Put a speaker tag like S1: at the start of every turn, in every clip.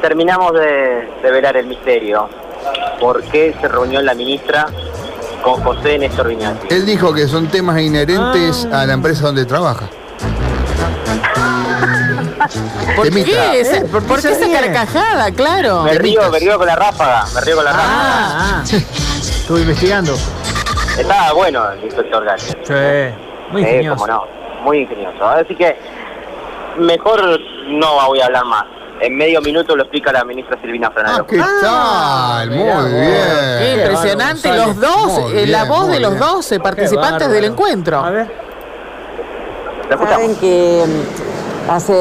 S1: terminamos de, de velar el misterio. ¿Por qué se reunió la ministra con José Néstor Viñati?
S2: Él dijo que son temas inherentes
S3: Ah.
S2: a la empresa donde trabaja.
S3: ¿Por
S2: Temita.
S3: qué? esa- ¿Por, por qué
S4: se
S3: esa
S4: ríe.
S3: carcajada? Claro.
S1: Me río, me río con la ráfaga, me río con la ráfaga.
S4: Ah, ah. Estuve investigando.
S1: Estaba bueno el inspector García.
S4: Sí. Muy
S1: Sí,
S4: ingenioso.
S1: cómo no, muy ingenioso. Así que mejor no voy a hablar más. En medio minuto lo explica la ministra Silvina
S2: Ah,
S1: Fernando.
S2: ¿qué
S4: Ah,
S2: tal?
S4: mirá
S2: Muy
S4: vos.
S3: Qué
S2: bien.
S3: impresionante,
S4: Gonzalo.
S3: los dos,
S2: Muy
S3: eh, la
S2: bien,
S3: voz
S2: muy
S3: de los
S2: bien.
S3: 12 participantes
S4: Qué
S3: del
S4: bárbaro.
S3: encuentro.
S4: A ver.
S1: ¿La escuchamos?
S5: Saben que mm, hace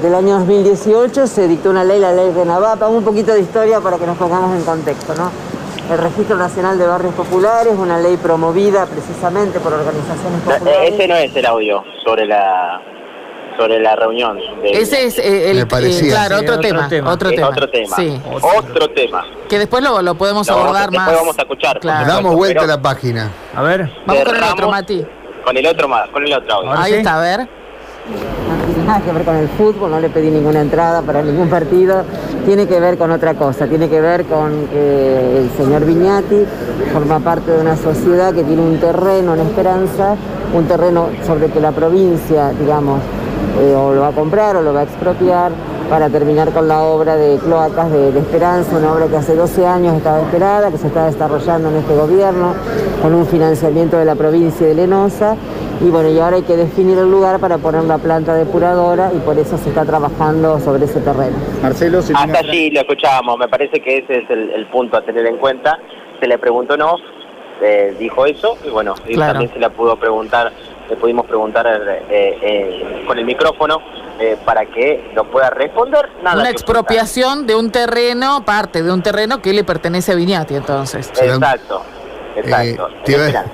S5: del año 2018 se dictó una ley, la ley de Navapa, un poquito de historia para que nos pongamos en contexto, ¿no? El Registro Nacional de Barrios Populares, una ley promovida precisamente por organizaciones
S1: La- eh,
S5: populares.
S1: Ese no es el audio sobre la sobre la reunión. de-
S3: Ese es eh, el
S2: Me parecía.
S3: eh, claro,
S4: Sí,
S3: otro,
S4: otro
S3: tema,
S4: tema.
S3: otro
S1: es
S3: tema.
S1: otro tema.
S3: Sí.
S1: Otro tema.
S3: Que después lo, lo podemos
S1: Lo vamos a-
S3: abordar
S1: después
S3: más.
S1: vamos a escuchar, por
S3: Claro.
S1: supuesto.
S2: Damos vuelta a
S1: Pero-
S2: la página.
S4: A ver.
S3: Vamos con el
S1: Cerramos
S3: otro, Mati.
S1: Con el otro más, con el otro audio.
S4: Ahora
S3: Ahí
S4: sí.
S3: está, a ver.
S5: No tiene nada que ver con el fútbol, no le pedí ninguna entrada para ningún partido, tiene que ver con otra cosa, tiene que ver con que el señor Viñati forma parte de una sociedad que tiene un terreno en Esperanza, un terreno sobre que la provincia, digamos, eh, o lo va a comprar o lo va a expropiar para terminar con la obra de cloacas de, de Esperanza, una obra que hace 12 años estaba esperada, que se está desarrollando en este gobierno, con un financiamiento de la provincia de Lenosa. Y bueno, y ahora hay que definir el lugar para poner una planta depuradora y por eso se está trabajando sobre ese terreno.
S6: Marcelo, se
S1: Hasta allí lo escuchábamos, me parece que ese es el, el punto a tener en cuenta. Se le preguntó no, eh, dijo eso, y bueno, y
S3: Claro.
S1: también se la pudo preguntar, le pudimos preguntar eh, eh, con el micrófono eh, para que lo pueda responder. Nada que
S3: Una expropiación de un terreno, parte de un terreno que le pertenece a Viñati, entonces.
S1: ocultar. Exacto, exacto.
S2: Eh, te iba a-
S1: Esperanza.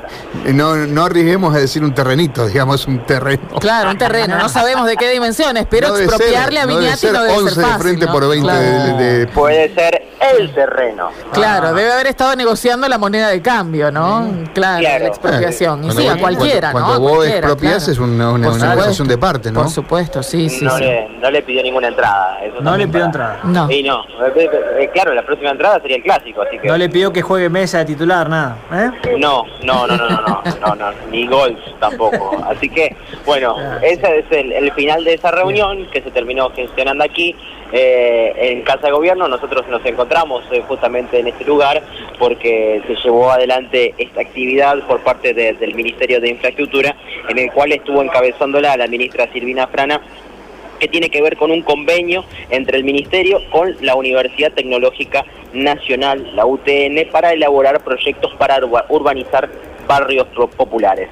S2: no, no arriesguemos a decir un terrenito, digamos, es un terreno.
S3: Claro, un terreno, no sabemos de qué dimensiones, pero
S2: No debe ser-
S3: expropiarle a
S2: no debe
S3: Viñati
S2: ser
S3: no debe ser,
S2: 11 de
S3: fácil,
S2: frente
S3: ¿no?
S2: por 20
S3: claro.
S2: de- de-
S1: Puede ser el terreno.
S2: Ah.
S3: Claro, debe haber estado negociando la moneda de cambio, ¿no? Claro,
S1: Claro.
S3: la expropiación. Y
S2: Mm. Cuando
S3: sí, a
S2: vos-
S3: cualquiera,
S2: cuando-
S3: ¿no?
S2: cuando
S3: A
S2: vos
S3: cualquiera,
S2: expropiás
S3: claro.
S2: es una- una-
S3: Por
S2: una negociación de parte, ¿no?
S3: Por supuesto, sí, sí,
S1: no,
S3: sí.
S1: Le, no le pidió ninguna entrada. eso
S4: No le
S1: también
S4: pidió
S1: para-
S4: entrada.
S3: No.
S1: Y no, eh, eh, eh, claro, la próxima entrada sería el clásico, así que...
S4: No le pidió que juegue mesa de titular, nada. ¿Eh?
S1: No, no, no, no, no, no, no, no, ni golf tampoco. Así que, bueno, ese es el, el final de esa reunión que se terminó gestionando aquí eh, en Casa de Gobierno. Nosotros nos encontramos eh, justamente en este lugar porque se llevó adelante esta actividad por parte de- del Ministerio de Infraestructura, en el cual estuvo encabezándola la ministra Silvina Frana que tiene que ver con un convenio entre el Ministerio con la Universidad Tecnológica Nacional, la UTN, para elaborar proyectos para urba- urbanizar barrios pro- populares.